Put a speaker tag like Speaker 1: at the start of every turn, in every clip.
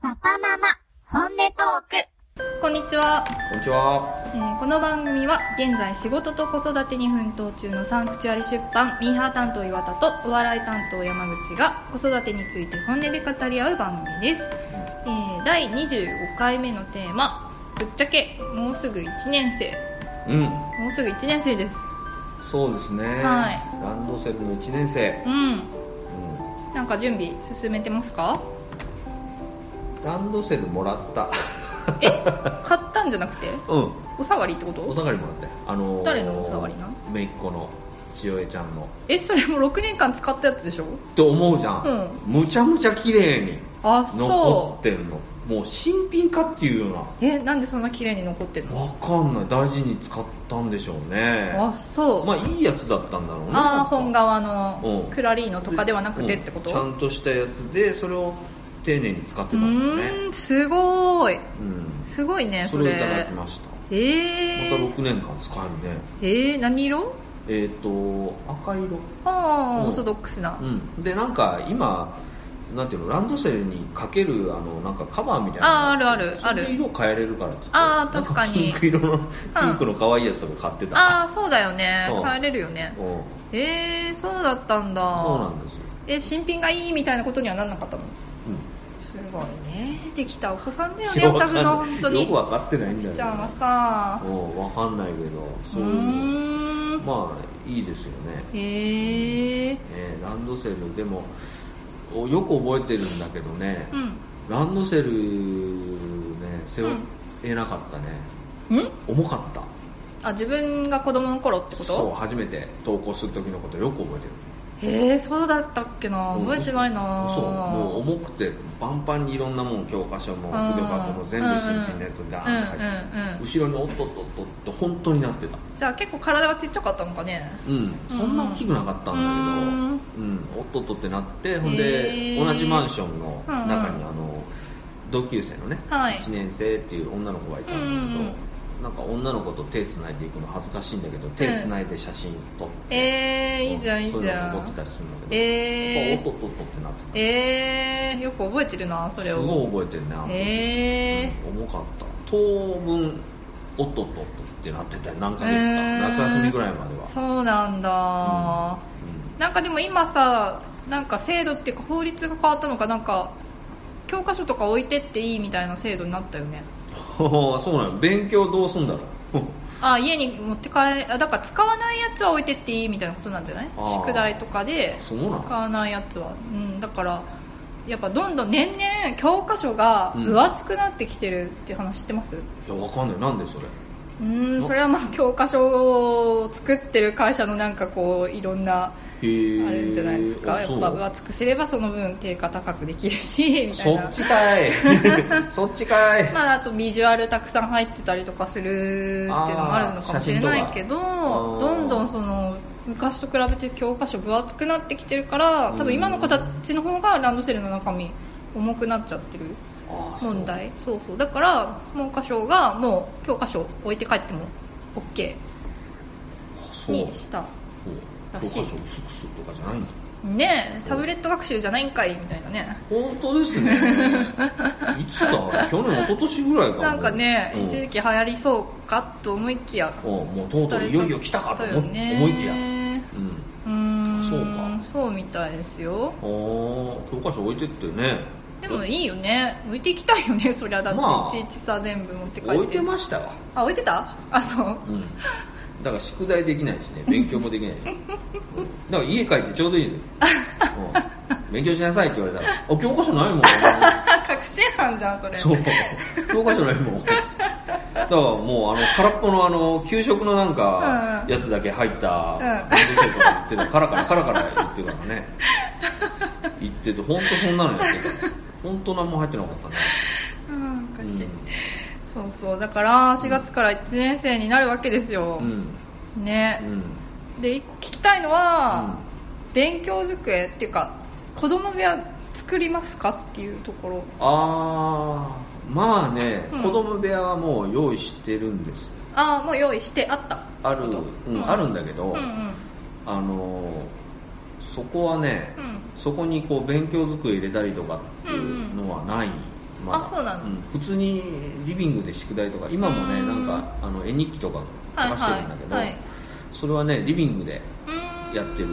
Speaker 1: パパママ、本音トーク。
Speaker 2: こんにちは、
Speaker 3: こんにちは
Speaker 2: え。ーこの番組は現在仕事と子育てに奮闘中のサンクチュアリ出版ミーハー担当岩田とお笑い担当山口が子育てについて本音で語り合う番組です、えー第25回目のテーマ「ぶっちゃけもうすぐ1年生
Speaker 3: うん、」
Speaker 2: もうすぐ1年生です
Speaker 3: そうですね。
Speaker 2: はい
Speaker 3: ランドセルの一年生。
Speaker 2: うん
Speaker 3: う
Speaker 2: なんか準備進めてます か
Speaker 3: ん、ランドセルもらった。
Speaker 2: え買ったんじゃなくて
Speaker 3: うん、
Speaker 2: お下がりってこ
Speaker 3: お
Speaker 2: と
Speaker 3: 下がりもらったよ。あのー
Speaker 2: 誰のお下がりなん？
Speaker 3: めっ子の千代ちゃんの。
Speaker 2: えそれも6年間使ったやつでしょ
Speaker 3: と思うじゃん。
Speaker 2: うん
Speaker 3: むちゃむちゃ綺麗に
Speaker 2: あ
Speaker 3: 残
Speaker 2: そ
Speaker 3: ってるの。もう新品かっていうような。
Speaker 2: うえなんでそんな綺麗に残ってんの
Speaker 3: わかんない。大事に使ったんでしょうね。
Speaker 2: あそう、
Speaker 3: まあいいやつだったんだろうね。
Speaker 2: ああ本側
Speaker 3: う
Speaker 2: の
Speaker 3: ん
Speaker 2: クラリーノとかではなくてってこ
Speaker 3: う
Speaker 2: と
Speaker 3: んちゃんとしたやつでそれを丁寧に使って
Speaker 2: う
Speaker 3: たんだよね。
Speaker 2: ーんすごい
Speaker 3: うん。
Speaker 2: すごいね
Speaker 3: そ
Speaker 2: そ
Speaker 3: れ
Speaker 2: れ
Speaker 3: をいただきましたま
Speaker 2: え
Speaker 3: た
Speaker 2: ー、
Speaker 3: 6年間使えるね
Speaker 2: えー、何色
Speaker 3: えっ、と赤色
Speaker 2: ああ
Speaker 3: うん
Speaker 2: オーソドックスな、
Speaker 3: うんでなんか今なんていうのランドセルにかけるあのなんかカバーみたい
Speaker 2: あー
Speaker 3: な
Speaker 2: あるある
Speaker 3: それで
Speaker 2: ある
Speaker 3: 色変えれるからって言って
Speaker 2: あー確かに
Speaker 3: なんピンク色のピンクの可愛いやつとか買ってた、
Speaker 2: ああそうだよね
Speaker 3: うん
Speaker 2: 変えれるよね
Speaker 3: うん、
Speaker 2: えー、そうだったんだ
Speaker 3: そうなんですよ、
Speaker 2: え新品がいいみたいなことにはなんなかったの
Speaker 3: う
Speaker 2: すごいねできたお子さんだ
Speaker 3: ん
Speaker 2: よねお宅
Speaker 3: よく
Speaker 2: の
Speaker 3: わ
Speaker 2: 本
Speaker 3: か
Speaker 2: 当
Speaker 3: んないよ
Speaker 2: に
Speaker 3: く分かってないんだよ
Speaker 2: ちゃんは
Speaker 3: ね
Speaker 2: さ
Speaker 3: うんわかんないけど
Speaker 2: う
Speaker 3: そういうの
Speaker 2: ーん
Speaker 3: まあいいですよね
Speaker 2: へえ
Speaker 3: えーランドセルでもおよく覚えてるんだけどね、
Speaker 2: ー、
Speaker 3: ランドセルね背負えなかったね、
Speaker 2: うんん
Speaker 3: 重かった
Speaker 2: あ自分が子供の頃ってこと
Speaker 3: そう初めて登校する時のことよく覚えてる
Speaker 2: へえそうだったっけな
Speaker 3: うん
Speaker 2: 覚えてないな
Speaker 3: そうもう重くてパンパンにいろんなもん教科書も
Speaker 2: うん
Speaker 3: 筆箱も全部新品のやつが
Speaker 2: うんうん
Speaker 3: 入って
Speaker 2: うん
Speaker 3: 後ろにおっとっとっとって本当になってた
Speaker 2: じゃあ結構体がちっちゃかったのかね
Speaker 3: うんそんな大きくなかったんだけど、うんおっとっとってなってほんで
Speaker 2: へー
Speaker 3: 同じマンションの中に
Speaker 2: うん
Speaker 3: あの同級生のね、
Speaker 2: はい
Speaker 3: 1年生っていう女の子がいたんだけど、
Speaker 2: うんうん
Speaker 3: なんか女の子と手つないでいくの恥ずかしいんだけど手つないで写真撮って、
Speaker 2: えー、いいじゃんいい
Speaker 3: そう
Speaker 2: じ
Speaker 3: いうの
Speaker 2: ゃ
Speaker 3: 残って
Speaker 2: ん
Speaker 3: たりするんだけど、
Speaker 2: え
Speaker 3: おっとっとっとってなって
Speaker 2: ー、えー、よく覚えてるなそ
Speaker 3: た
Speaker 2: れ
Speaker 3: す
Speaker 2: を
Speaker 3: ごい覚えてるねあの時
Speaker 2: え
Speaker 3: うん重かった当分おっとっとっとってなってたよ何ヶ月か、
Speaker 2: えー
Speaker 3: 夏休みぐらいまでは
Speaker 2: ー、、そうなんだ、なんかでも今さなんか制度っていうか法律が変わったのかなんか教科書とか置いてっていいみたいな制度になったよね
Speaker 3: うん、 そうなの勉強どうすんだろう
Speaker 2: あ家に持って帰あだから使わないやつは置いてっていいみたいなことなんじゃない
Speaker 3: あー
Speaker 2: 宿題とかで
Speaker 3: そうなの
Speaker 2: 使わないやつはうんだからやっぱどんどん年々教科書が分厚くなってきてるっていう話知ってます
Speaker 3: いやわかんないなんでそれ
Speaker 2: うんそれはまあ教科書を作ってる会社のなんかこういろんなあ
Speaker 3: へえ
Speaker 2: るんじゃないですかやっぱ分厚くすればその分定価高くできるしみたい
Speaker 3: そ
Speaker 2: な
Speaker 3: っちか いそっちかい、
Speaker 2: まあ、あとビジュアルたくさん入ってたりとかするっていうのもあるのかもしれないけど
Speaker 3: あー写真とか
Speaker 2: どんどんその昔と比べて教科書分厚くなってきてるから多分今の形の方がランドセルの中身重くなっちゃってる
Speaker 3: あーそう
Speaker 2: 問題そうそうだから文科省がもう教科書置いて帰っても OK
Speaker 3: そう
Speaker 2: にした
Speaker 3: そう
Speaker 2: ら
Speaker 3: 教科
Speaker 2: しい
Speaker 3: 書薄くするとかじゃないんだ
Speaker 2: ねえタブレット学習じゃないんかいみたいなね
Speaker 3: 本当ですね いつだ去年一昨年ぐらいかも
Speaker 2: なんかね
Speaker 3: うん
Speaker 2: 一時期流行りそうかと思いきや
Speaker 3: うんもうとうとういよいよ来たかと
Speaker 2: だよ
Speaker 3: 思思
Speaker 2: ね
Speaker 3: いきやうん
Speaker 2: うーん
Speaker 3: そうか
Speaker 2: そうみたいですよ
Speaker 3: あー教科書置いてってね
Speaker 2: でもいいよね置いていきたいよね そりゃだ
Speaker 3: ま
Speaker 2: っ
Speaker 3: あ
Speaker 2: ていちいちさ全部持って帰って
Speaker 3: 置いてましたわ
Speaker 2: あ置いてたあそう
Speaker 3: うんだから宿題できないしね勉強もできないし、うんだから家帰ってちょうどいいですよ、うん勉強しなさいって言われたら「あ教科書ないもん」
Speaker 2: 確信犯じゃんそれ
Speaker 3: そう教科書ないもんだからもうあの空っぽのあの給食のなんか
Speaker 2: うん
Speaker 3: やつだけ入った
Speaker 2: ん
Speaker 3: 弁当箱とか行ってたカラカラカラカラ言ってたからね言ってて本当そんなのやってた本当何も入ってなかったね、
Speaker 2: うんおか
Speaker 3: う
Speaker 2: しい、
Speaker 3: ん
Speaker 2: そうそうだから4月から1年生になるわけですよ、ね
Speaker 3: うん
Speaker 2: で一個聞きたいのは、
Speaker 3: うん
Speaker 2: 勉強机っていうか子供部屋作りますかっていうところ
Speaker 3: あーまあね、
Speaker 2: うん
Speaker 3: 子供部屋はもう用意してるんです
Speaker 2: ああもう用意してあった
Speaker 3: ある、うん
Speaker 2: うん
Speaker 3: あるんだけど、
Speaker 2: うんうん
Speaker 3: あのーそこはね、
Speaker 2: うん
Speaker 3: そこにこう勉強机入れたりとかっていうのはない、まだ
Speaker 2: あそうなの
Speaker 3: 普通にリビングで宿題とか今もね
Speaker 2: う
Speaker 3: なんんかあの絵日記とか
Speaker 2: はい
Speaker 3: 出してるんだけど、
Speaker 2: はいはい
Speaker 3: それはねリビングでやってる
Speaker 2: う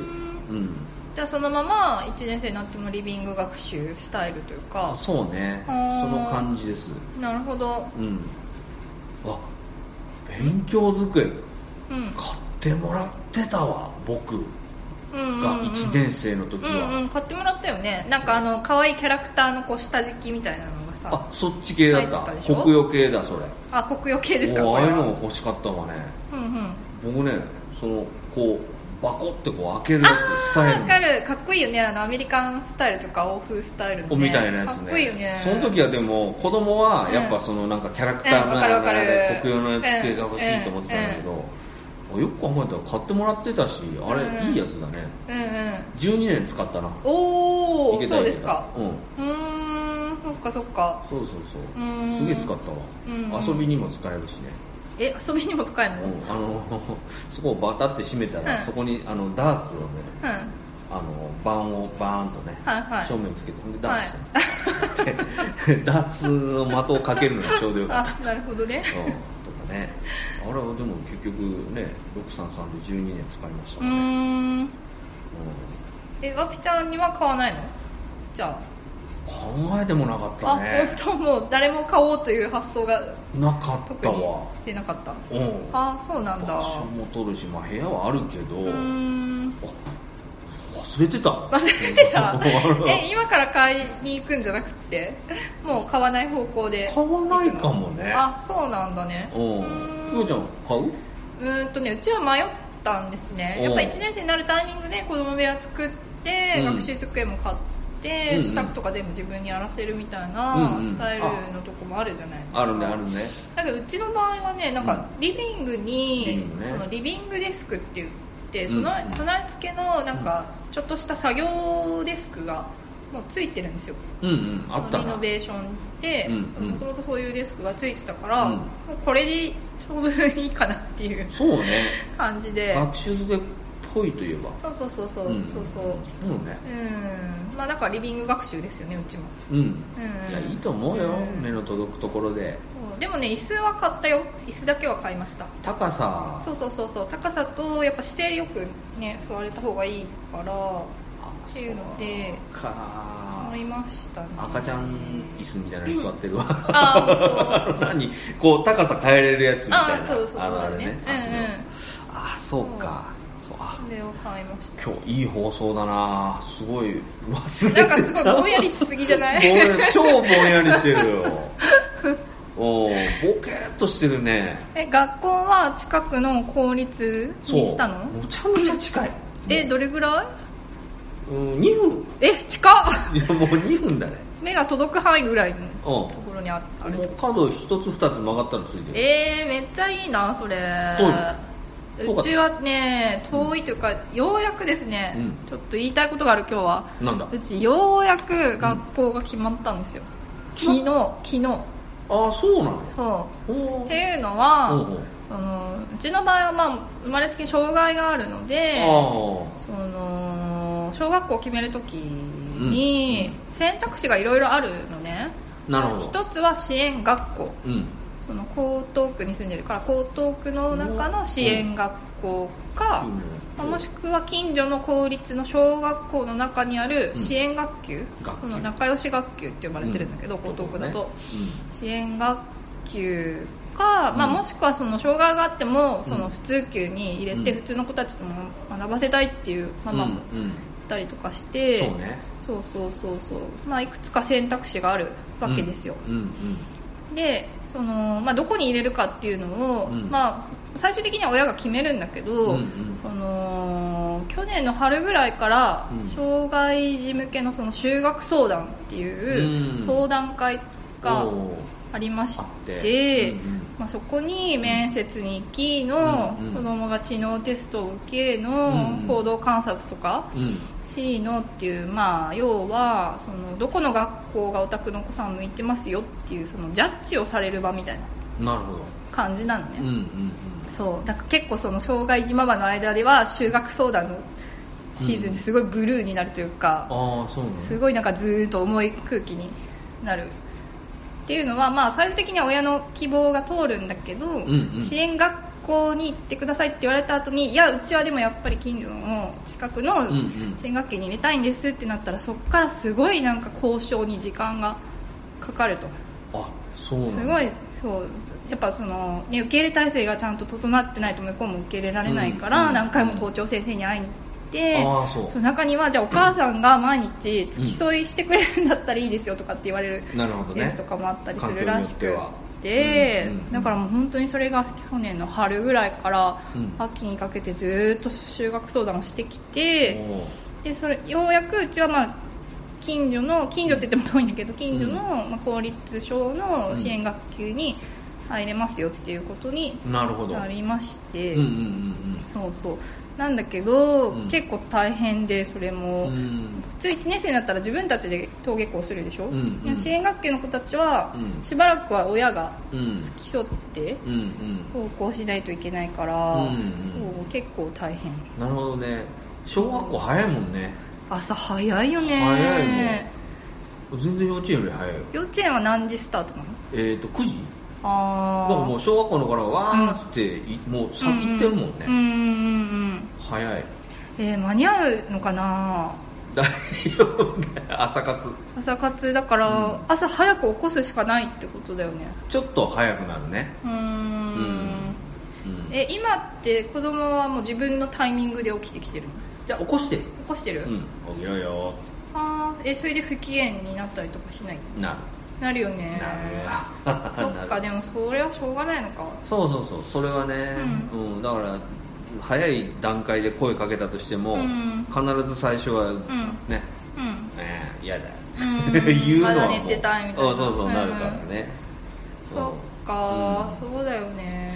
Speaker 3: うんん
Speaker 2: じゃあそのまま1年生になってもリビング学習スタイルというか
Speaker 3: そうね
Speaker 2: あ
Speaker 3: そ
Speaker 2: ー
Speaker 3: の感じです
Speaker 2: なるほど
Speaker 3: うんあ勉強机
Speaker 2: うん
Speaker 3: 買ってもらってたわ僕
Speaker 2: うんうん
Speaker 3: が
Speaker 2: うん
Speaker 3: 1年生の時は、
Speaker 2: うんうん買ってもらったよねなんかあの可愛いキャラクターのこう下敷きみたいなのがさ
Speaker 3: あそっち系だっ
Speaker 2: 入ったてたでしょ
Speaker 3: 黒曜系だそれ
Speaker 2: あ黒曜系ですか
Speaker 3: お
Speaker 2: こ
Speaker 3: ああ
Speaker 2: れ
Speaker 3: い
Speaker 2: は
Speaker 3: うの欲しかったわね
Speaker 2: うんうん
Speaker 3: 僕ねそのこうバコってこう開けるやつスタイル
Speaker 2: わかるかっこいいよねあのアメリカンスタイルとか欧風スタイルの、ね、
Speaker 3: みたいなやつ
Speaker 2: か
Speaker 3: ね
Speaker 2: っこいいよね
Speaker 3: その時はでも子供はやっぱそのなんかキャラクター
Speaker 2: うん
Speaker 3: の
Speaker 2: わかるわかる
Speaker 3: で特用のやつ系が欲しいと思ってたんだけど、よく考えたら買ってもらってたしあ
Speaker 2: う
Speaker 3: れ
Speaker 2: ん
Speaker 3: いいやつだね
Speaker 2: うんうん
Speaker 3: 12年使ったな
Speaker 2: お
Speaker 3: いけ
Speaker 2: お
Speaker 3: た
Speaker 2: そうですか
Speaker 3: いけたう
Speaker 2: う
Speaker 3: ん
Speaker 2: ーんそっかそっか
Speaker 3: そうそう
Speaker 2: う
Speaker 3: そう
Speaker 2: ーん
Speaker 3: すげえ使ったわ、
Speaker 2: うん
Speaker 3: 遊びにも使えるしね、
Speaker 2: え遊びにも使えるのうん
Speaker 3: うんあの そこをバタって閉めたら、
Speaker 2: うん
Speaker 3: そこにあのダーツをね
Speaker 2: はい
Speaker 3: あの盤をバーンとね、
Speaker 2: はい
Speaker 3: 正面につけてほんでダーツしたの、で ダーツの的をかけるのがちょうどよかった
Speaker 2: あなるほどね
Speaker 3: うんとかねあれはでも結局ね633で12年使いました
Speaker 2: う
Speaker 3: からね、
Speaker 2: ーんえわぴちゃんには買わないのじゃ
Speaker 3: うん考えてもなかっ
Speaker 2: ああ
Speaker 3: たね
Speaker 2: 本当もう誰も買おうという発想が
Speaker 3: なかっ
Speaker 2: 特
Speaker 3: た
Speaker 2: に
Speaker 3: わ
Speaker 2: 出なかった
Speaker 3: うん場
Speaker 2: あそうなんだ
Speaker 3: 所も取るし、まあ、部屋はあるけど
Speaker 2: うーん
Speaker 3: 忘れてた
Speaker 2: 忘れて た
Speaker 3: うん
Speaker 2: え今から買いに行くんじゃなくってもう買わない方向で
Speaker 3: 買わないかもね
Speaker 2: あそうなんだね
Speaker 3: うんひよちゃん買う
Speaker 2: うーんとねうちは迷ったんですね
Speaker 3: うん
Speaker 2: やっぱ1年生になるタイミングで子供部屋作って、
Speaker 3: うん
Speaker 2: 学習机も買って、
Speaker 3: うんうん
Speaker 2: 支度とか全部自分にやらせるみたいな
Speaker 3: うんうん
Speaker 2: スタイルのとこもあるじゃないですか、
Speaker 3: あるねあるね
Speaker 2: だけどうちの場合はねなんかリビングに、
Speaker 3: リビングね
Speaker 2: そのリビングデスクって言ってその
Speaker 3: うん
Speaker 2: 備え付けのなんかちょっとした作業デスクがもうついてるんですよ
Speaker 3: うんうんあった
Speaker 2: リノ
Speaker 3: な
Speaker 2: ベーションで
Speaker 3: うんうん
Speaker 2: もともとそういうデスクがついてたから、
Speaker 3: うん
Speaker 2: もうこれで勝負いいかなっていう
Speaker 3: そうね
Speaker 2: 感じで
Speaker 3: 学習机っぽいといえば
Speaker 2: そうそうそうそう、
Speaker 3: ん
Speaker 2: そうそう
Speaker 3: そうね
Speaker 2: うんまあだからリビング学習ですよねうちも
Speaker 3: うん
Speaker 2: うん
Speaker 3: いやいいと思うよ
Speaker 2: うん
Speaker 3: 目の届くところで
Speaker 2: そうでもね椅子は買ったよ椅子だけは買いました
Speaker 3: 高さ
Speaker 2: そうそうそうそう高さとやっぱ姿勢よくね座れた方がいいからっていうので
Speaker 3: そうか
Speaker 2: 思いましたね
Speaker 3: 赤ちゃん椅子みたいなのに座ってるわ
Speaker 2: あ
Speaker 3: 何こう高さ変えれるや つみたい
Speaker 2: あ
Speaker 3: な
Speaker 2: そうそう
Speaker 3: のあれ
Speaker 2: そうだね
Speaker 3: ね足のやつあそうかそうあ
Speaker 2: それを買いました
Speaker 3: 今日いい放送だなすごい忘れて
Speaker 2: な
Speaker 3: た
Speaker 2: んかすごいぼんやりしすぎじゃない
Speaker 3: ぼんやり超ぼんやりしてる よおーボケーっとしてるね
Speaker 2: え学校は近くの公立
Speaker 3: そう
Speaker 2: にしたの
Speaker 3: むちゃむちゃ近い
Speaker 2: え
Speaker 3: も
Speaker 2: どれぐら
Speaker 3: う、うん、2分
Speaker 2: いえ近っ
Speaker 3: いやもう2分だね
Speaker 2: 目が届く範囲ぐらいの
Speaker 3: うん
Speaker 2: ところにあある
Speaker 3: もう角一つ二つ曲がったらついてる
Speaker 2: えー、めっちゃいいなそれ
Speaker 3: 遠いう
Speaker 2: ちはね遠いというか、ようやくですね、
Speaker 3: うん
Speaker 2: ちょっと言いたいことがある今日は
Speaker 3: なんだ
Speaker 2: うちようやく学校が決まったんですよ、昨日昨日
Speaker 3: ああそうなの
Speaker 2: そ
Speaker 3: お
Speaker 2: うっ
Speaker 3: ー
Speaker 2: ていうのは、
Speaker 3: おうおう
Speaker 2: そのうちの場合は、まあ、生まれつき障害があるので
Speaker 3: あ
Speaker 2: その小学校を決めるときに選択肢がいろいろあるのね
Speaker 3: あなるほど
Speaker 2: 一つは支援学校
Speaker 3: うん
Speaker 2: その江東区に住んでるから江東区の中の支援学校か、まあもしくは近所の公立の小学校の中にある支援学級、
Speaker 3: うん学級
Speaker 2: この仲良し学級って呼ばれてるんだけど、江東区だと、支援学級か、まあ、
Speaker 3: うん
Speaker 2: もしくはその障害があっても
Speaker 3: うん
Speaker 2: その普通級に入れて
Speaker 3: うん
Speaker 2: 普通の子たちとも学ばせたいっていうマ
Speaker 3: うん
Speaker 2: マ
Speaker 3: うんうん
Speaker 2: もいたりとかし
Speaker 3: そう
Speaker 2: て、
Speaker 3: ね
Speaker 2: そうそうそうそうまあ、いくつか選択肢があるわけですよ、
Speaker 3: うんうん
Speaker 2: でその、まあ、どこに入れるかっていうのを、
Speaker 3: うん
Speaker 2: まあ、最終的には親が決めるんだけど、
Speaker 3: うんうん
Speaker 2: その去年の春ぐらいから、
Speaker 3: うん
Speaker 2: 障害児向けのその就学相談っていう
Speaker 3: うん
Speaker 2: 相談会が
Speaker 3: おー
Speaker 2: ありまし
Speaker 3: あって
Speaker 2: て、
Speaker 3: うんうん
Speaker 2: まあ、そこに面接に行きの、
Speaker 3: うんうん
Speaker 2: 子供が知能テストを受け
Speaker 3: うん
Speaker 2: の
Speaker 3: うん
Speaker 2: 行動観察とか、
Speaker 3: うん、
Speaker 2: C のっていう、まあ、要はそのどこの学校がお宅のお子さん向いてますよっていうそのジャッジをされる場みたいな
Speaker 3: なるほど、
Speaker 2: 感じなのね、
Speaker 3: うんうん
Speaker 2: そうだから結構その障害児ママの間では修学相談のシーズンってすごいブルーになるというか、
Speaker 3: うん、ああそうなの
Speaker 2: すごいなんかずーっと重い空気になるっていうのは、まあ、最終的には親の希望が通るんだけど、
Speaker 3: んうん
Speaker 2: 支援学校に行ってくださいって言われた後にいやうちはでもやっぱり近所の近くの
Speaker 3: うんうん
Speaker 2: 支援学級に入れたいんですってなったらそこからすごいなんか交渉に時間がかかると
Speaker 3: あそうなんだ
Speaker 2: すごいそうやっぱその、ね、受け入れ体制がちゃんと整ってないと向こうも受け入れられないか
Speaker 3: うん
Speaker 2: ら、
Speaker 3: うん
Speaker 2: 何回も校長先生に会いに行って。
Speaker 3: ああそう
Speaker 2: そう中にはじゃあお母さんが毎日付き添いしてくれるんだったらいいですよとかって言われる
Speaker 3: なるほど
Speaker 2: や
Speaker 3: ね
Speaker 2: つとかもあったりするらしく
Speaker 3: 環境によっては
Speaker 2: て
Speaker 3: うんうん
Speaker 2: だからもう本当にそれが去年の春ぐらいから
Speaker 3: うん
Speaker 2: 秋にかけてずーっと就学相談をしてきて
Speaker 3: おー
Speaker 2: でそれようやくうちはまあ近所の近所って言っても遠いんだけど近所のまあ公立小の支援学級に入れますよっていうことに
Speaker 3: なるほど
Speaker 2: なりまして。
Speaker 3: うんうんうん
Speaker 2: そうそうなんだけど、
Speaker 3: うん
Speaker 2: 結構大変でそれも、
Speaker 3: うんうん
Speaker 2: 普通1年生になったら自分たちで登下校するでしょ、
Speaker 3: うんうん
Speaker 2: 支援学級の子たちは、
Speaker 3: うん
Speaker 2: しばらくは親が
Speaker 3: うん
Speaker 2: 付き添って
Speaker 3: うんうん
Speaker 2: 登校しないといけないから、
Speaker 3: うんうん
Speaker 2: そう結構大変
Speaker 3: なるほどね小学校早いもんね
Speaker 2: 朝早いよね
Speaker 3: 早いね全然幼稚園より早いよ
Speaker 2: 幼稚園は何時スタートなの
Speaker 3: えっ、と9時だからも
Speaker 2: あ
Speaker 3: う小学校の頃はわーっつって、いもう
Speaker 2: あ
Speaker 3: 先行ってるもんね、
Speaker 2: うんうんうんうん
Speaker 3: 早い
Speaker 2: えー間に合うのかな
Speaker 3: 大丈夫だよ朝活
Speaker 2: 朝活だから、
Speaker 3: うん
Speaker 2: 朝早く起こすしかないってことだよね
Speaker 3: ちょっと早くなるね、
Speaker 2: うーん
Speaker 3: うんうん、い
Speaker 2: え今って子供はもう自分のタイミングで起きてきてるの
Speaker 3: や起こしてる、
Speaker 2: 起こしてる、
Speaker 3: うん、起きろよ
Speaker 2: あーえそれで不機嫌になったりとかしない
Speaker 3: な
Speaker 2: なるよ
Speaker 3: る
Speaker 2: ね
Speaker 3: なる
Speaker 2: そっか
Speaker 3: なる
Speaker 2: でもそれはしょうがないのか
Speaker 3: そうそうそうそれはね、う
Speaker 2: うん
Speaker 3: だから早い段階で声かけたとしても、
Speaker 2: うん
Speaker 3: 必ず最初は、ね
Speaker 2: う
Speaker 3: ね嫌だよ
Speaker 2: ん、うん、
Speaker 3: 言うの
Speaker 2: ま
Speaker 3: は
Speaker 2: だ
Speaker 3: もう
Speaker 2: 寝てたいみたいな
Speaker 3: あそうそうなるから
Speaker 2: うん
Speaker 3: ね、
Speaker 2: そっか、
Speaker 3: うん
Speaker 2: そうだよね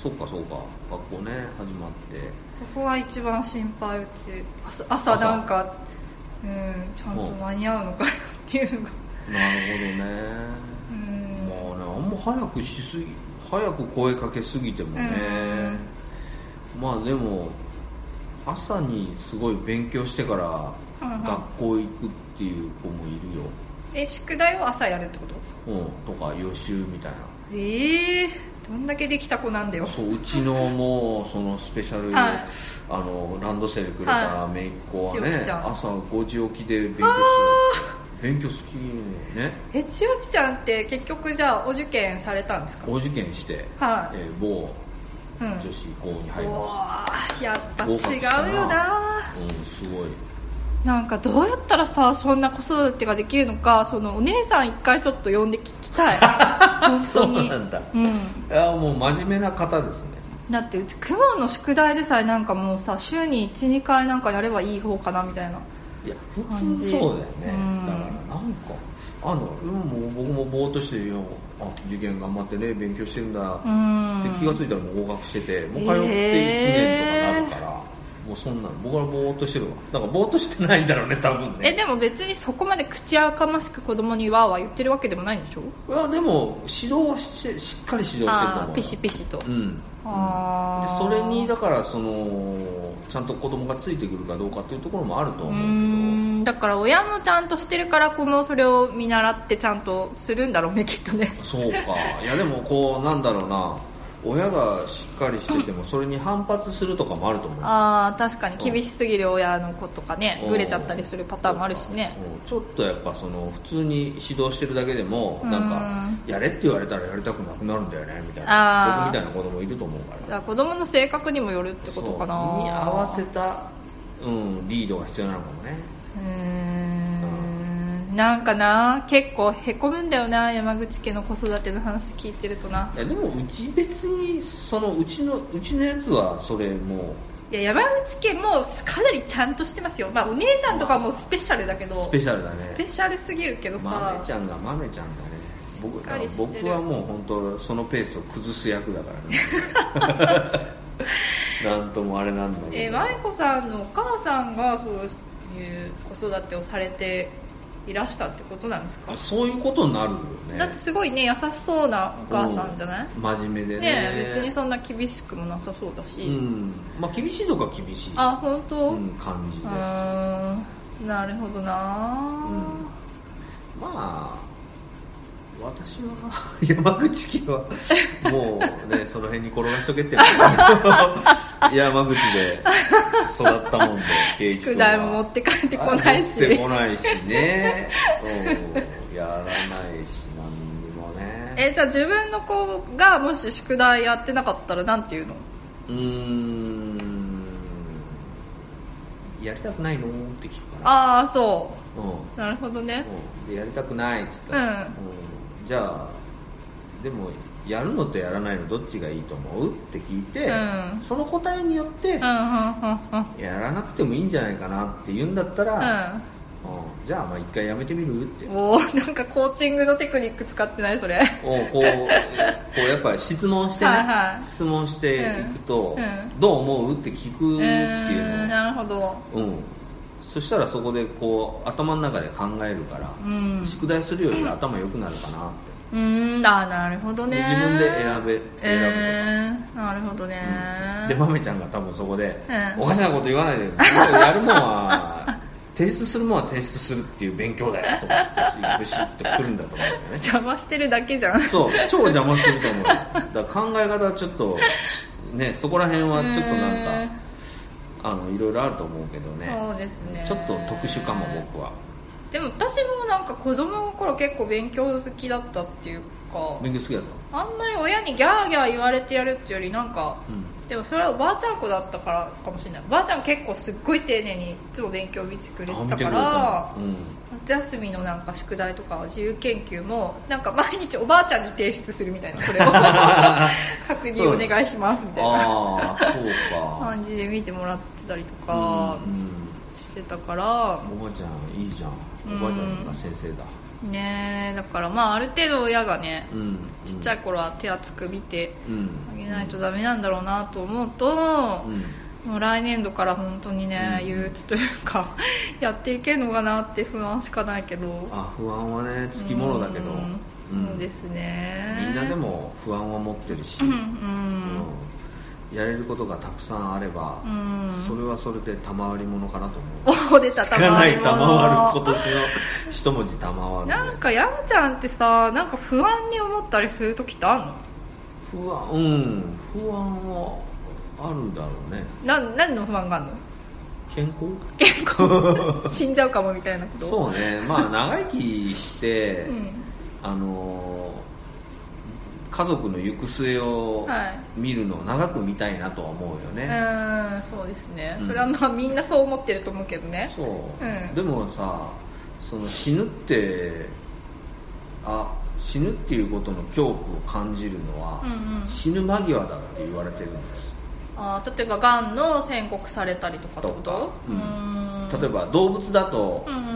Speaker 3: そうそっかそうか学校ね始まって
Speaker 2: そこは一番心配うち朝朝なんかうんちゃんと間に合うのかなっていうのが
Speaker 3: なるほどね、
Speaker 2: うん
Speaker 3: まあねあんま早くしすぎ早く声かけすぎてもね、まあでも朝にすごい勉強してから
Speaker 2: うんうん
Speaker 3: 学校行くっていう子もいるよ、
Speaker 2: え宿題を朝やるってこと
Speaker 3: うん、とか予習みたいな
Speaker 2: ええどんだけできた子なんだよ
Speaker 3: そううちのもうそのスペシャル、
Speaker 2: はい
Speaker 3: あのランドセルくれた
Speaker 2: はい
Speaker 3: 姪っ子はね、
Speaker 2: 千代ちゃん
Speaker 3: 朝5時起きで勉強してる勉強好きね
Speaker 2: え千代ぴちゃんって結局じゃあお受験されたんですか
Speaker 3: お受験して、
Speaker 2: はい、
Speaker 3: えー某
Speaker 2: うん
Speaker 3: 女子校に入り
Speaker 2: う
Speaker 3: ま
Speaker 2: わーやっぱ
Speaker 3: 合格
Speaker 2: 違
Speaker 3: したな
Speaker 2: うよな
Speaker 3: したうんすごい
Speaker 2: なんかどうやったらさそんな子育てができるのかそのお姉さん一回ちょっと呼んで聞きた い本当に
Speaker 3: そうなんだ
Speaker 2: うん
Speaker 3: いやもう真面目な方ですね
Speaker 2: だってうち公文の宿題でさえなんかもうさ週に12回なんかやればいい方かなみたいない
Speaker 3: や普
Speaker 2: 感
Speaker 3: 通
Speaker 2: じ
Speaker 3: そうだよね、
Speaker 2: うん
Speaker 3: だからなんかあのうんもう僕もぼーっとしていやあ受験頑張ってね勉強してるんだ、
Speaker 2: う
Speaker 3: っ
Speaker 2: ん
Speaker 3: て気がついたらもう合格しててもう通って1
Speaker 2: へー
Speaker 3: 年とかなるから、もうそんなの僕はぼーっとしてるわだからぼーっとしてないんだろうね多分
Speaker 2: え
Speaker 3: ね
Speaker 2: でも別にそこまで口あかましく子供にわーわー言ってるわけでもないんでしょ
Speaker 3: いやでも指導はしてしっかり指導してると
Speaker 2: あ
Speaker 3: 思う
Speaker 2: ー
Speaker 3: よ
Speaker 2: ピシピシと、
Speaker 3: うんで
Speaker 2: あー
Speaker 3: それにだからそのちゃんと子供がついてくるかどうかっていうところもあると
Speaker 2: うー
Speaker 3: 思うけ
Speaker 2: んだから親もちゃんとしてるから子もそれを見習ってちゃんとするんだろうねきっとね
Speaker 3: どそうかいやでもこうなんだろうな親がしっかりしててもそれに反発するとかもあると思う
Speaker 2: ああ確かに厳しすぎる親の子とかねぐれちゃったりするパターンもあるしね
Speaker 3: うんちょっとやっぱその普通に指導してるだけでも
Speaker 2: うん
Speaker 3: なんかやれって言われたらやりたくなくなるんだよねみたい
Speaker 2: あ
Speaker 3: な
Speaker 2: ー
Speaker 3: 僕みたいな子供いると思うから
Speaker 2: だから子供の性格にもよるってことかな
Speaker 3: そうに合わせた、うん、リードが必要なのかもね
Speaker 2: うーんなんかな結構へこむんだよな山口家の子育ての話聞いてるとない
Speaker 3: やでもうち別にそのうちのうちのやつはそれも
Speaker 2: いや山口家もかなりちゃんとしてますよ、まあ、お姉さんとかもスペシャルだけ
Speaker 3: う
Speaker 2: ど
Speaker 3: スペシャルだね
Speaker 2: スペシャルすぎるけど
Speaker 3: 豆
Speaker 2: さ
Speaker 3: ちゃんが豆ちゃんだね僕
Speaker 2: しっかりしてる
Speaker 3: 僕はもう本当そのペースを崩す役だ からねなんともあれなんだけ
Speaker 2: えー、
Speaker 3: ど、
Speaker 2: 舞子さんのお母さんがそういう子育てをされていらしたってことなんですか、
Speaker 3: そういうことになるよね
Speaker 2: だってすごいね優しそうなお母さんじゃない、
Speaker 3: うん真面目で
Speaker 2: ね
Speaker 3: ね
Speaker 2: え別にそんな厳しくもなさそうだし、
Speaker 3: うんまあ厳しいとか厳しい
Speaker 2: あ本当、
Speaker 3: う、
Speaker 2: うん
Speaker 3: 感じです、
Speaker 2: ーんなるほどな
Speaker 3: うんまあ私は 山口 家はもうねその辺に転がしとけって 言うんですけど山口で育った もんで圭一君
Speaker 2: 宿
Speaker 3: は
Speaker 2: 題も持って帰ってこないし
Speaker 3: 持ってこないし ねうんやらないし何にもね
Speaker 2: えじゃあ自分の子がもし宿題やってなかったらなんて言うの
Speaker 3: うーんやりたくないのって聞くから
Speaker 2: ああそ
Speaker 3: うんうん
Speaker 2: うなるほどね
Speaker 3: でやりたくないっつった
Speaker 2: う
Speaker 3: ら、
Speaker 2: ん
Speaker 3: じゃあでもやるのとやらないのどっちがいいと思うって聞いて、
Speaker 2: うん
Speaker 3: その答えによって、
Speaker 2: うんうんうんうん
Speaker 3: やらなくてもいいんじゃないかなって言うんだったら、うんじゃあまあ一回やめてみるって
Speaker 2: うん、おーなんかコーチングのテクニック使ってないそれ
Speaker 3: をこうこうやっぱり質問してね、
Speaker 2: はいはい
Speaker 3: 質問していくと、
Speaker 2: うんうん
Speaker 3: どう思うって聞くっ
Speaker 2: う
Speaker 3: ていう
Speaker 2: ーん
Speaker 3: の
Speaker 2: なるほど
Speaker 3: を、うん、そしたらそこでこう頭の中で考えるから、
Speaker 2: うんう
Speaker 3: 宿題するより頭良くなるかなって、
Speaker 2: ーんあーなるほどね
Speaker 3: 自分で選べ選ぶとか
Speaker 2: えー、なるほどね、
Speaker 3: でまめちゃんが多分そこで、
Speaker 2: うん
Speaker 3: おかしなこと言わないでやるもんは提出するもんは提出するっていう勉強だよと思ってビシッとくるんだと思うんだよね
Speaker 2: 邪魔してるだけじゃん
Speaker 3: そう超邪魔すると思うだから考え方はちょっとねそこら辺はちょっとなんかあのいろいろあると思うけど
Speaker 2: う
Speaker 3: ね
Speaker 2: ーんそうですね
Speaker 3: ちょっと特殊かも僕は
Speaker 2: でも私もなんか子供の頃結構勉強好きだったっていうか
Speaker 3: 勉強好きだった
Speaker 2: あんまり親にギャーギャー言われてやるっていうよりなんかでもそれはおばあちゃん子だったからかもしれないおばあちゃん結構すっごい丁寧にいつも勉強見てくれ
Speaker 3: うん
Speaker 2: て
Speaker 3: あ見
Speaker 2: た
Speaker 3: て
Speaker 2: か
Speaker 3: くれ
Speaker 2: ら
Speaker 3: たうん
Speaker 2: 夏休みのなんか宿題とか自由研究もなんか毎日おばあちゃんに提出するみたいなそれを 確認お願いしますみたいな
Speaker 3: ああそうか
Speaker 2: 感じで見てもらってたりとか
Speaker 3: うん
Speaker 2: してたから
Speaker 3: うんおばあちゃんいいじゃん
Speaker 2: うん
Speaker 3: おばあちゃんが先生だ
Speaker 2: ねえだからまあある程度親がね
Speaker 3: うん
Speaker 2: ちっちゃい頃は手厚く見て
Speaker 3: うん
Speaker 2: あげないとダメなんだろうなと思うと
Speaker 3: う、ん
Speaker 2: もう来年度から本当にね、
Speaker 3: うん
Speaker 2: 憂鬱というか やっていけるのかなって不安しかないけど
Speaker 3: あ不安はねつきものだけど
Speaker 2: うん
Speaker 3: うん
Speaker 2: そうですね
Speaker 3: みんなでも不安は持ってるし
Speaker 2: うん
Speaker 3: うんやれることがたくさんあれば、
Speaker 2: うんうん
Speaker 3: それはそれで賜り物かなと思う
Speaker 2: お出た
Speaker 3: 聞かない賜
Speaker 2: と
Speaker 3: る今年の一文字賜る
Speaker 2: なんかやんちゃんってさなんか不安に思ったりする時ってあんの
Speaker 3: 不安うん不安はあるだろうね
Speaker 2: なん何の不安があ んの
Speaker 3: 健康
Speaker 2: 結構死んじゃうかもみたいなこと
Speaker 3: そうねまあ長生きして、
Speaker 2: うん
Speaker 3: あのー家族の行く末を
Speaker 2: はい
Speaker 3: 見るのを長く見たいなとは思うよね、
Speaker 2: うんそうですね、
Speaker 3: うん
Speaker 2: それはまあみんなそう思ってると思うけどね
Speaker 3: そう、
Speaker 2: うん
Speaker 3: でもさその死ぬってあ死ぬっていうことの恐怖を感じるのは、
Speaker 2: うんうん
Speaker 3: 死ぬ間際だって言われてるんです
Speaker 2: あー例えばがんの宣告されたりとかってこと
Speaker 3: とかうん
Speaker 2: ーん
Speaker 3: 例えば動物だと、
Speaker 2: うんうん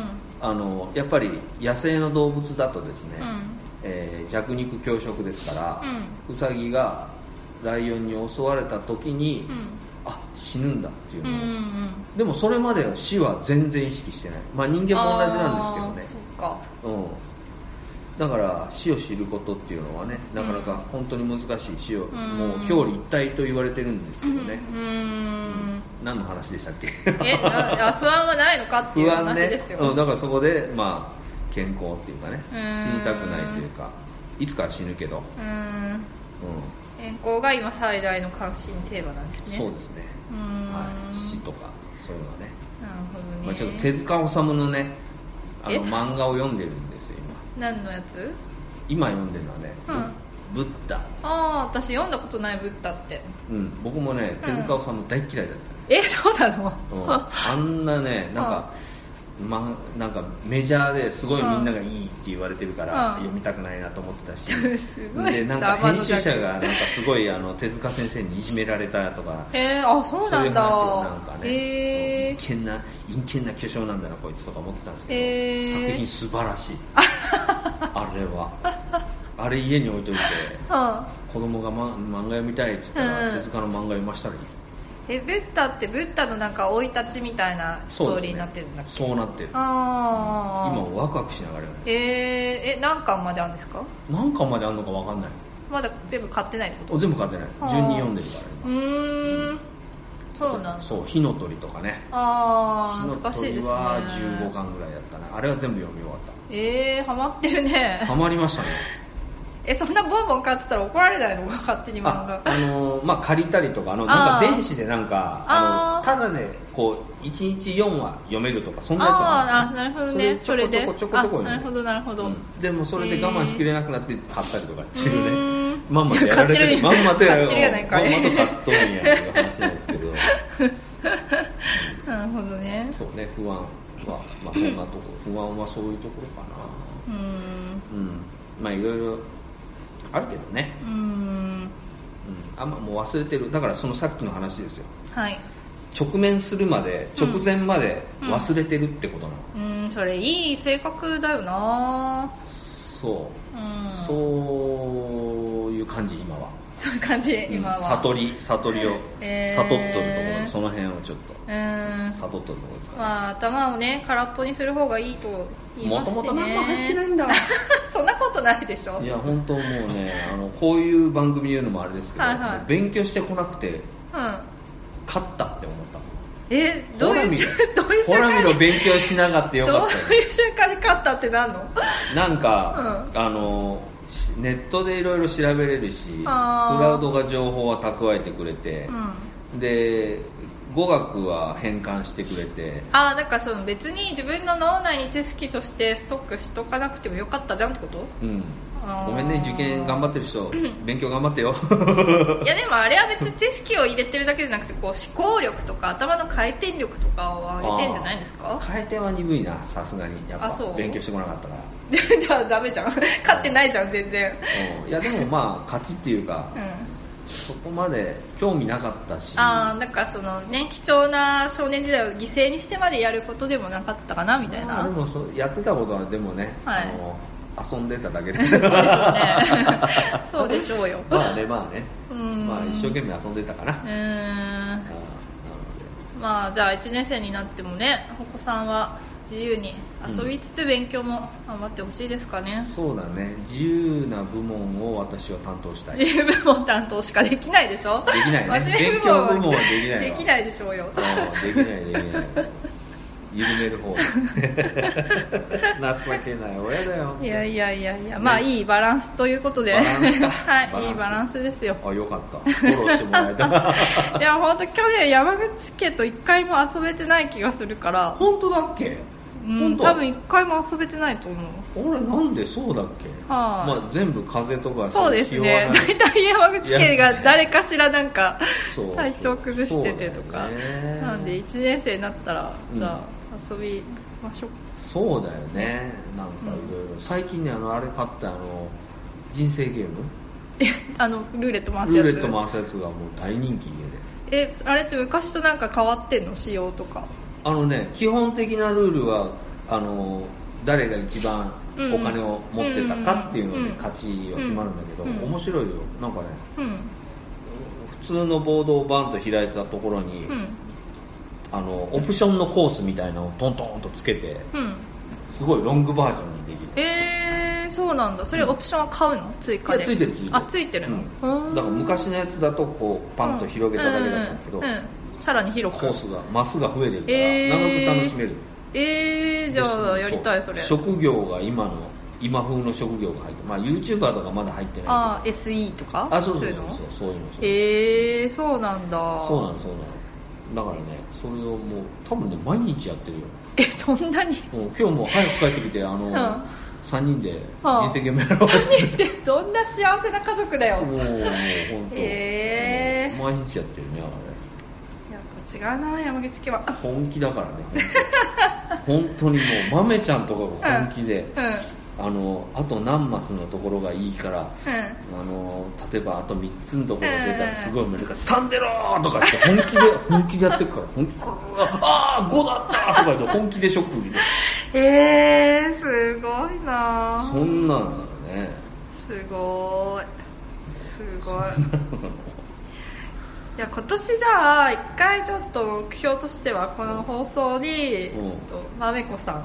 Speaker 3: あのやっぱり野生の動物だとですね、
Speaker 2: うん
Speaker 3: えー弱肉強食ですから、
Speaker 2: う
Speaker 3: ウサギがライオンに襲われた時に、あ死ぬんだっていう
Speaker 2: うんう
Speaker 3: の
Speaker 2: ん
Speaker 3: を、
Speaker 2: うん
Speaker 3: でもそれまでの死は全然意識してないまあ人間も同じなんですけどね
Speaker 2: あー
Speaker 3: うん、だから死を知ることっていうのはねなかなか本当に難しい死を、
Speaker 2: ん
Speaker 3: もう表裏一体と言われてるんですけど
Speaker 2: そっ
Speaker 3: ね
Speaker 2: か、うーん
Speaker 3: 何の話でしたっけ
Speaker 2: えなあ不安はないのか っていう
Speaker 3: 不安
Speaker 2: 話
Speaker 3: ね
Speaker 2: ですよ、
Speaker 3: うん、だからそこでまあ健康っていうかね
Speaker 2: う
Speaker 3: 死
Speaker 2: ん
Speaker 3: にたくないというかいつかは死ぬけど、
Speaker 2: うーん
Speaker 3: う
Speaker 2: 健康が今最大の関心テーマなんです
Speaker 3: ん
Speaker 2: ね
Speaker 3: そうですね、
Speaker 2: うーん、
Speaker 3: はい、死とかそういうのはね、
Speaker 2: なるほどね、
Speaker 3: まあ、ちょっと手塚治虫のねあ
Speaker 2: え
Speaker 3: の漫画を読んでるんですよ
Speaker 2: 何のやつ
Speaker 3: 今今読んでるのはね、ブブッダ
Speaker 2: ああ私読んだことないブッダって
Speaker 3: うん、僕もね手塚治虫大嫌いだっ
Speaker 2: えそうなの
Speaker 3: た、うん、 あんなねなんか、ま、なんかメジャーですごいみんながいいって言われてるから、
Speaker 2: うん
Speaker 3: 読みたくないなと思ってたし、
Speaker 2: うん すごい
Speaker 3: でなん
Speaker 2: ざ
Speaker 3: か
Speaker 2: わざわ
Speaker 3: 編集者がなんかすごいあの手塚先生にいじめられたとか
Speaker 2: えー、あそうなんだ
Speaker 3: そういう話をなんかね、
Speaker 2: えー
Speaker 3: 陰険な陰険な巨匠なんだなこいつとか思ってたんですけど、
Speaker 2: へー
Speaker 3: 作品素晴 らしいあれはあれ家に置いといて
Speaker 2: うん
Speaker 3: 子供が、ま、漫画読みたいって言ったら、
Speaker 2: うん
Speaker 3: 手塚の漫画読ましたらいい
Speaker 2: えブッダってブッダのなんか生い立ちみたいなス
Speaker 3: そう
Speaker 2: トー
Speaker 3: です
Speaker 2: リ
Speaker 3: ね
Speaker 2: ーになってるんだっけ、
Speaker 3: そうなってる
Speaker 2: ああ
Speaker 3: 今ワクワクしながら読む
Speaker 2: えー、え何巻まであるんですか
Speaker 3: 何巻まであるのか分かんない
Speaker 2: まだ全部買ってないってこと
Speaker 3: 全部買ってない
Speaker 2: あー
Speaker 3: 順に読んでるから
Speaker 2: うーんそうなんだ
Speaker 3: そう火の鳥とかね
Speaker 2: ああ懐かしいですね
Speaker 3: 火の鳥は15巻ぐらいやったねあれは全部読み終わっ
Speaker 2: ええー、ハマってる
Speaker 3: た
Speaker 2: ね
Speaker 3: ハマりましたね
Speaker 2: えそんなボンボン買ってたら怒られないの 勝手に漫
Speaker 3: あ
Speaker 2: 画
Speaker 3: あのーまあ借りたりとかあのなん
Speaker 2: あー
Speaker 3: か電子でなんかあ
Speaker 2: あー
Speaker 3: のただねこう1日4話読めるとかそんなやつ
Speaker 2: あーあ
Speaker 3: は
Speaker 2: なるほどねそれで
Speaker 3: ちょこちょこちょこちょこ
Speaker 2: あなるほどなるほど、
Speaker 3: うんでもそれで我慢しきれなくなって買ったりとかしてるね、
Speaker 2: うーん
Speaker 3: まんまとやられてるま
Speaker 2: 買
Speaker 3: んまとやられ
Speaker 2: ってるやないかい
Speaker 3: まんまと買っとるんやっていう話なんですけど
Speaker 2: なるほどね
Speaker 3: そうね不安はまあそんなとこ不安はそういうところか
Speaker 2: うーん
Speaker 3: なうんまあいろいろあるけどね、
Speaker 2: うーん
Speaker 3: うん、あんまもう忘れてるだからそのさっきの話ですよ
Speaker 2: はい
Speaker 3: 直面するまで直前まで
Speaker 2: うん
Speaker 3: 忘れてるってことなの、
Speaker 2: うーんそれいい性格だよな
Speaker 3: そう、
Speaker 2: うん
Speaker 3: そういう感じ今は
Speaker 2: そういう感じ今は
Speaker 3: 悟り悟りを、
Speaker 2: えー
Speaker 3: 悟っとるところその辺をちょっと
Speaker 2: うーん
Speaker 3: 悟っとるところですから、
Speaker 2: まあ頭をね空っぽにする方がいいと言い
Speaker 3: も
Speaker 2: ま
Speaker 3: と
Speaker 2: すしね
Speaker 3: もと何も入ってないんだ
Speaker 2: そんなことないでしょ
Speaker 3: いや本当もうねあのこういう番組言うのもあれですけど、
Speaker 2: はいはい
Speaker 3: 勉強してこなくて
Speaker 2: うん
Speaker 3: 勝ったって思った
Speaker 2: えどういうしどういう
Speaker 3: ほ
Speaker 2: 瞬
Speaker 3: ら見
Speaker 2: 間
Speaker 3: ろ
Speaker 2: に
Speaker 3: 勉強しながってよか
Speaker 2: ど
Speaker 3: っ
Speaker 2: ういう瞬間に勝ったってなんの
Speaker 3: たなんか、あのしネットでいろいろ調べれるしク
Speaker 2: あー
Speaker 3: ラウドが情報は蓄えてくれて
Speaker 2: う、ん
Speaker 3: で語学は変換してくれて
Speaker 2: ああだからその別に自分の脳内に知識としてストックしとかなくてもよかったじゃんってこと
Speaker 3: うん
Speaker 2: あー
Speaker 3: ごめんね受験頑張ってる人勉強頑張ってよ
Speaker 2: いやでもあれは別に知識を入れてるだけじゃなくてこう思考力とか頭の回転力とかを上げてんじゃないですか
Speaker 3: 回転は鈍いなさすがにやっ
Speaker 2: あそ
Speaker 3: ぱ
Speaker 2: う
Speaker 3: 勉強してこなかったから
Speaker 2: じゃあ ダメじゃん勝ってないじゃん全然
Speaker 3: うんいやでもまあ勝ちってい うか
Speaker 2: うん
Speaker 3: そこまで興味なかったし
Speaker 2: ああなんかそのね貴重な少年時代を犠牲にしてまでやることでもなかったかなみたい
Speaker 3: まあ
Speaker 2: な
Speaker 3: でもそうやってたことはでもね、
Speaker 2: はい
Speaker 3: あの遊んでただけで
Speaker 2: そうでしょうね そうでしょうよ
Speaker 3: まあねまあね
Speaker 2: うん
Speaker 3: まあ一生懸命遊んでたかな、
Speaker 2: う
Speaker 3: あ
Speaker 2: ーん
Speaker 3: ーなの
Speaker 2: まあじゃあ1年生になってもねお子さんは自由に遊びつつ勉強も頑張ってほしいですかね
Speaker 3: で、そうだね自由な部門を私は担当したいで
Speaker 2: 自由部門担当しかできないでしょ
Speaker 3: きないね
Speaker 2: 真面目
Speaker 3: 勉強部門は
Speaker 2: は
Speaker 3: できないわ
Speaker 2: できないでしょうよ
Speaker 3: うんできないできない緩める方情けない親だよ
Speaker 2: いやいやいやいやまあ
Speaker 3: ね
Speaker 2: いいバランスということで
Speaker 3: バランスか
Speaker 2: はいいい
Speaker 3: バ
Speaker 2: バ
Speaker 3: ラ
Speaker 2: ラ
Speaker 3: ン
Speaker 2: ン
Speaker 3: ス
Speaker 2: スですよ
Speaker 3: あよかったフォローしてもら えた
Speaker 2: いや本当去年山口家と1回も遊べてない気がするから
Speaker 3: 本当だっけ
Speaker 2: うん
Speaker 3: 本当
Speaker 2: 多分1回も遊べてないと思う
Speaker 3: 俺なんでそうだっけ、まあ、全部風邪とか
Speaker 2: そうです
Speaker 3: 気は
Speaker 2: ね
Speaker 3: ない
Speaker 2: 大体山口家が誰かしらなんか
Speaker 3: そう
Speaker 2: 体調崩しててとか、
Speaker 3: そうだよね
Speaker 2: なんで1年生になったら
Speaker 3: うん
Speaker 2: じゃあ遊びましょう、
Speaker 3: そうだよねなんかいろいろ最近ねあのあれ買ったあの人生ゲーム
Speaker 2: あのルーレット回す
Speaker 3: ル
Speaker 2: やつ
Speaker 3: ーレット回すやつがもう大人気家で
Speaker 2: えあれって昔となんか変わってんの仕様とか
Speaker 3: あのね基本的なルールはあの誰が一番お金を持ってたかっていうの
Speaker 2: うんう
Speaker 3: で
Speaker 2: ん
Speaker 3: 勝ちは決まるんだけど、
Speaker 2: うんうん
Speaker 3: 面白いよなんかね
Speaker 2: うん
Speaker 3: 普通のボードをバンと開いたところに、
Speaker 2: うん
Speaker 3: あのオプションのコースみたいなのをトントンとつけて
Speaker 2: うん
Speaker 3: すごいロングバージョンにできる
Speaker 2: えー、そうなんだそれオプションは買うの追加
Speaker 3: い
Speaker 2: で
Speaker 3: やついてるついてる
Speaker 2: あついてるの、
Speaker 3: うん、だから昔のやつだとこうパンと広げただけだったけど、
Speaker 2: うんうんうんさらに広く
Speaker 3: コースがマスが増えてるから、
Speaker 2: えー
Speaker 3: 長く楽しめる
Speaker 2: えー、じゃあやりたいそれ
Speaker 3: 職業が今の今風の職業が入ってまあ YouTuber とかまだ入ってないけど
Speaker 2: ああ SE とか
Speaker 3: あそうそうそう
Speaker 2: いの
Speaker 3: そうそういうのそういう
Speaker 2: えー、そうなんだ
Speaker 3: のそうなのそうなのだからねそれをもう多分ね毎日やってるよ
Speaker 2: えそんなに
Speaker 3: もう今日も早く帰ってきてあの、
Speaker 2: ん
Speaker 3: 3人で
Speaker 2: はあ
Speaker 3: 人生ゲームやろうっつって
Speaker 2: でどんな幸せな家族だよ
Speaker 3: もうもう本当、
Speaker 2: へえ
Speaker 3: 毎日やってるねあれ
Speaker 2: やっぱ違うな山口家は
Speaker 3: 本気だからね本当に本当にもう豆ちゃんとかが本気で、
Speaker 2: うんうん
Speaker 3: あのあと何マスのところがいいからあの例えばあと3つのところが出たらすごい無理から「3出ろ!」とかって本気で 本気でやってくから本気ああ5だった!」とか言って本気でショック受けて
Speaker 2: えー、すごいな
Speaker 3: そんなのね
Speaker 2: すごいすごいいや今年じゃあ一回ちょっと目標としてはこの放送にち
Speaker 3: う
Speaker 2: ょ
Speaker 3: ん
Speaker 2: っとまめこさん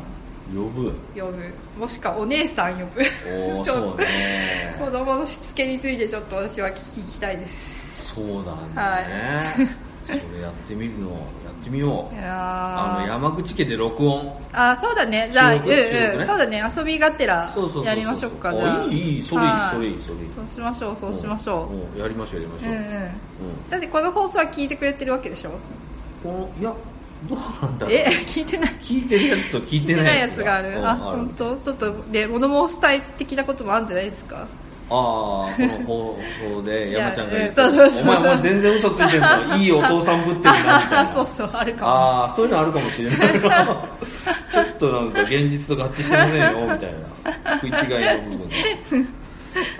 Speaker 3: 呼ぶ
Speaker 2: 呼ぶもしくはお姉さん呼ぶ
Speaker 3: お お
Speaker 2: ちょ
Speaker 3: そ
Speaker 2: っ
Speaker 3: う
Speaker 2: と
Speaker 3: ね
Speaker 2: 子供のしつけについてちょっと私は聞きたいです
Speaker 3: そうなんだね、それやってみるのやってみよう
Speaker 2: い
Speaker 3: あの
Speaker 2: やー
Speaker 3: 山口家で録音
Speaker 2: あそうだねじゃあ、
Speaker 3: 収録
Speaker 2: うんうん
Speaker 3: 収録ね
Speaker 2: そうだね遊びがてら
Speaker 3: そうそうそうそう
Speaker 2: やりましょうかじゃ
Speaker 3: あ
Speaker 2: あ
Speaker 3: いいいいそれいい
Speaker 2: は
Speaker 3: それいいそれいい
Speaker 2: そうしましょうそうしましょ
Speaker 3: うん、うんやりましょうやりま
Speaker 2: う
Speaker 3: し
Speaker 2: うん
Speaker 3: ょう、
Speaker 2: う
Speaker 3: うん
Speaker 2: んだってこの放送は聞いてくれてるわけでしょ
Speaker 3: このいやどうなんだろう
Speaker 2: え聞いてない
Speaker 3: 聞いてるやつと聞い
Speaker 2: 聞い
Speaker 3: て
Speaker 2: て
Speaker 3: な
Speaker 2: ないい
Speaker 3: や
Speaker 2: や
Speaker 3: つ
Speaker 2: つ
Speaker 3: が
Speaker 2: がある、
Speaker 3: うん
Speaker 2: あ本当ちょっとで物申したい的なこともあるんじゃないですか
Speaker 3: ああこの放送で山ちゃんが言って
Speaker 2: いやそうそうそう
Speaker 3: お前お前全然嘘ついてるのいいお父さんぶってるなみたいな
Speaker 2: そうそうあるかも
Speaker 3: ああそういうのあるかもしれない ちょっとなんか現実と合致してませんよみたいな食い違いの部分が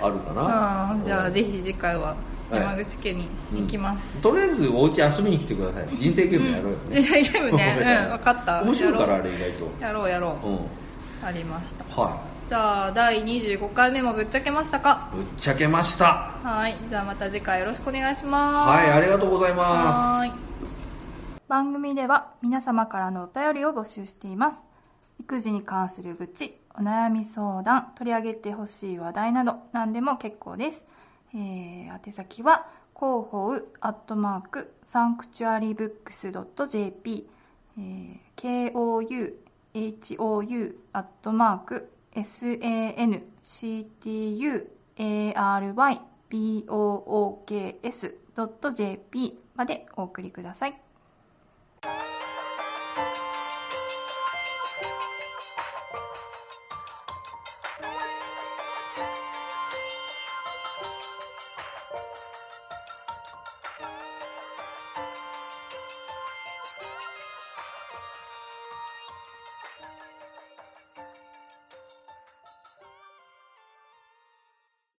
Speaker 3: あるかな
Speaker 2: あーじゃ
Speaker 3: う
Speaker 2: あ
Speaker 3: ん
Speaker 2: ぜひ次回は山口家に行きます、
Speaker 3: とりあえずお家遊びに来てください人生ゲームやろうよ
Speaker 2: うん
Speaker 3: ね、
Speaker 2: 人生ゲームねうん分かった
Speaker 3: 面白いから
Speaker 2: や
Speaker 3: あれ意外と
Speaker 2: ろうやろうや
Speaker 3: う
Speaker 2: ろ
Speaker 3: ん
Speaker 2: うありました
Speaker 3: は
Speaker 2: じゃあ第25回目もぶっちゃけましたか
Speaker 3: いぶっちゃけました
Speaker 2: はいじゃあまた次回よろしくお願いします
Speaker 3: はいありがとうございま
Speaker 2: は
Speaker 3: す
Speaker 2: い番組では皆様からのお便りを募集しています育児に関する愚痴お悩み相談取り上げてほしい話題など何でも結構です、えー宛先は広報アットマークサンクチュアリーブックス .jp、えー、KOUHOU アットマーク SANCTUARYBOOKS.jp までお送りください。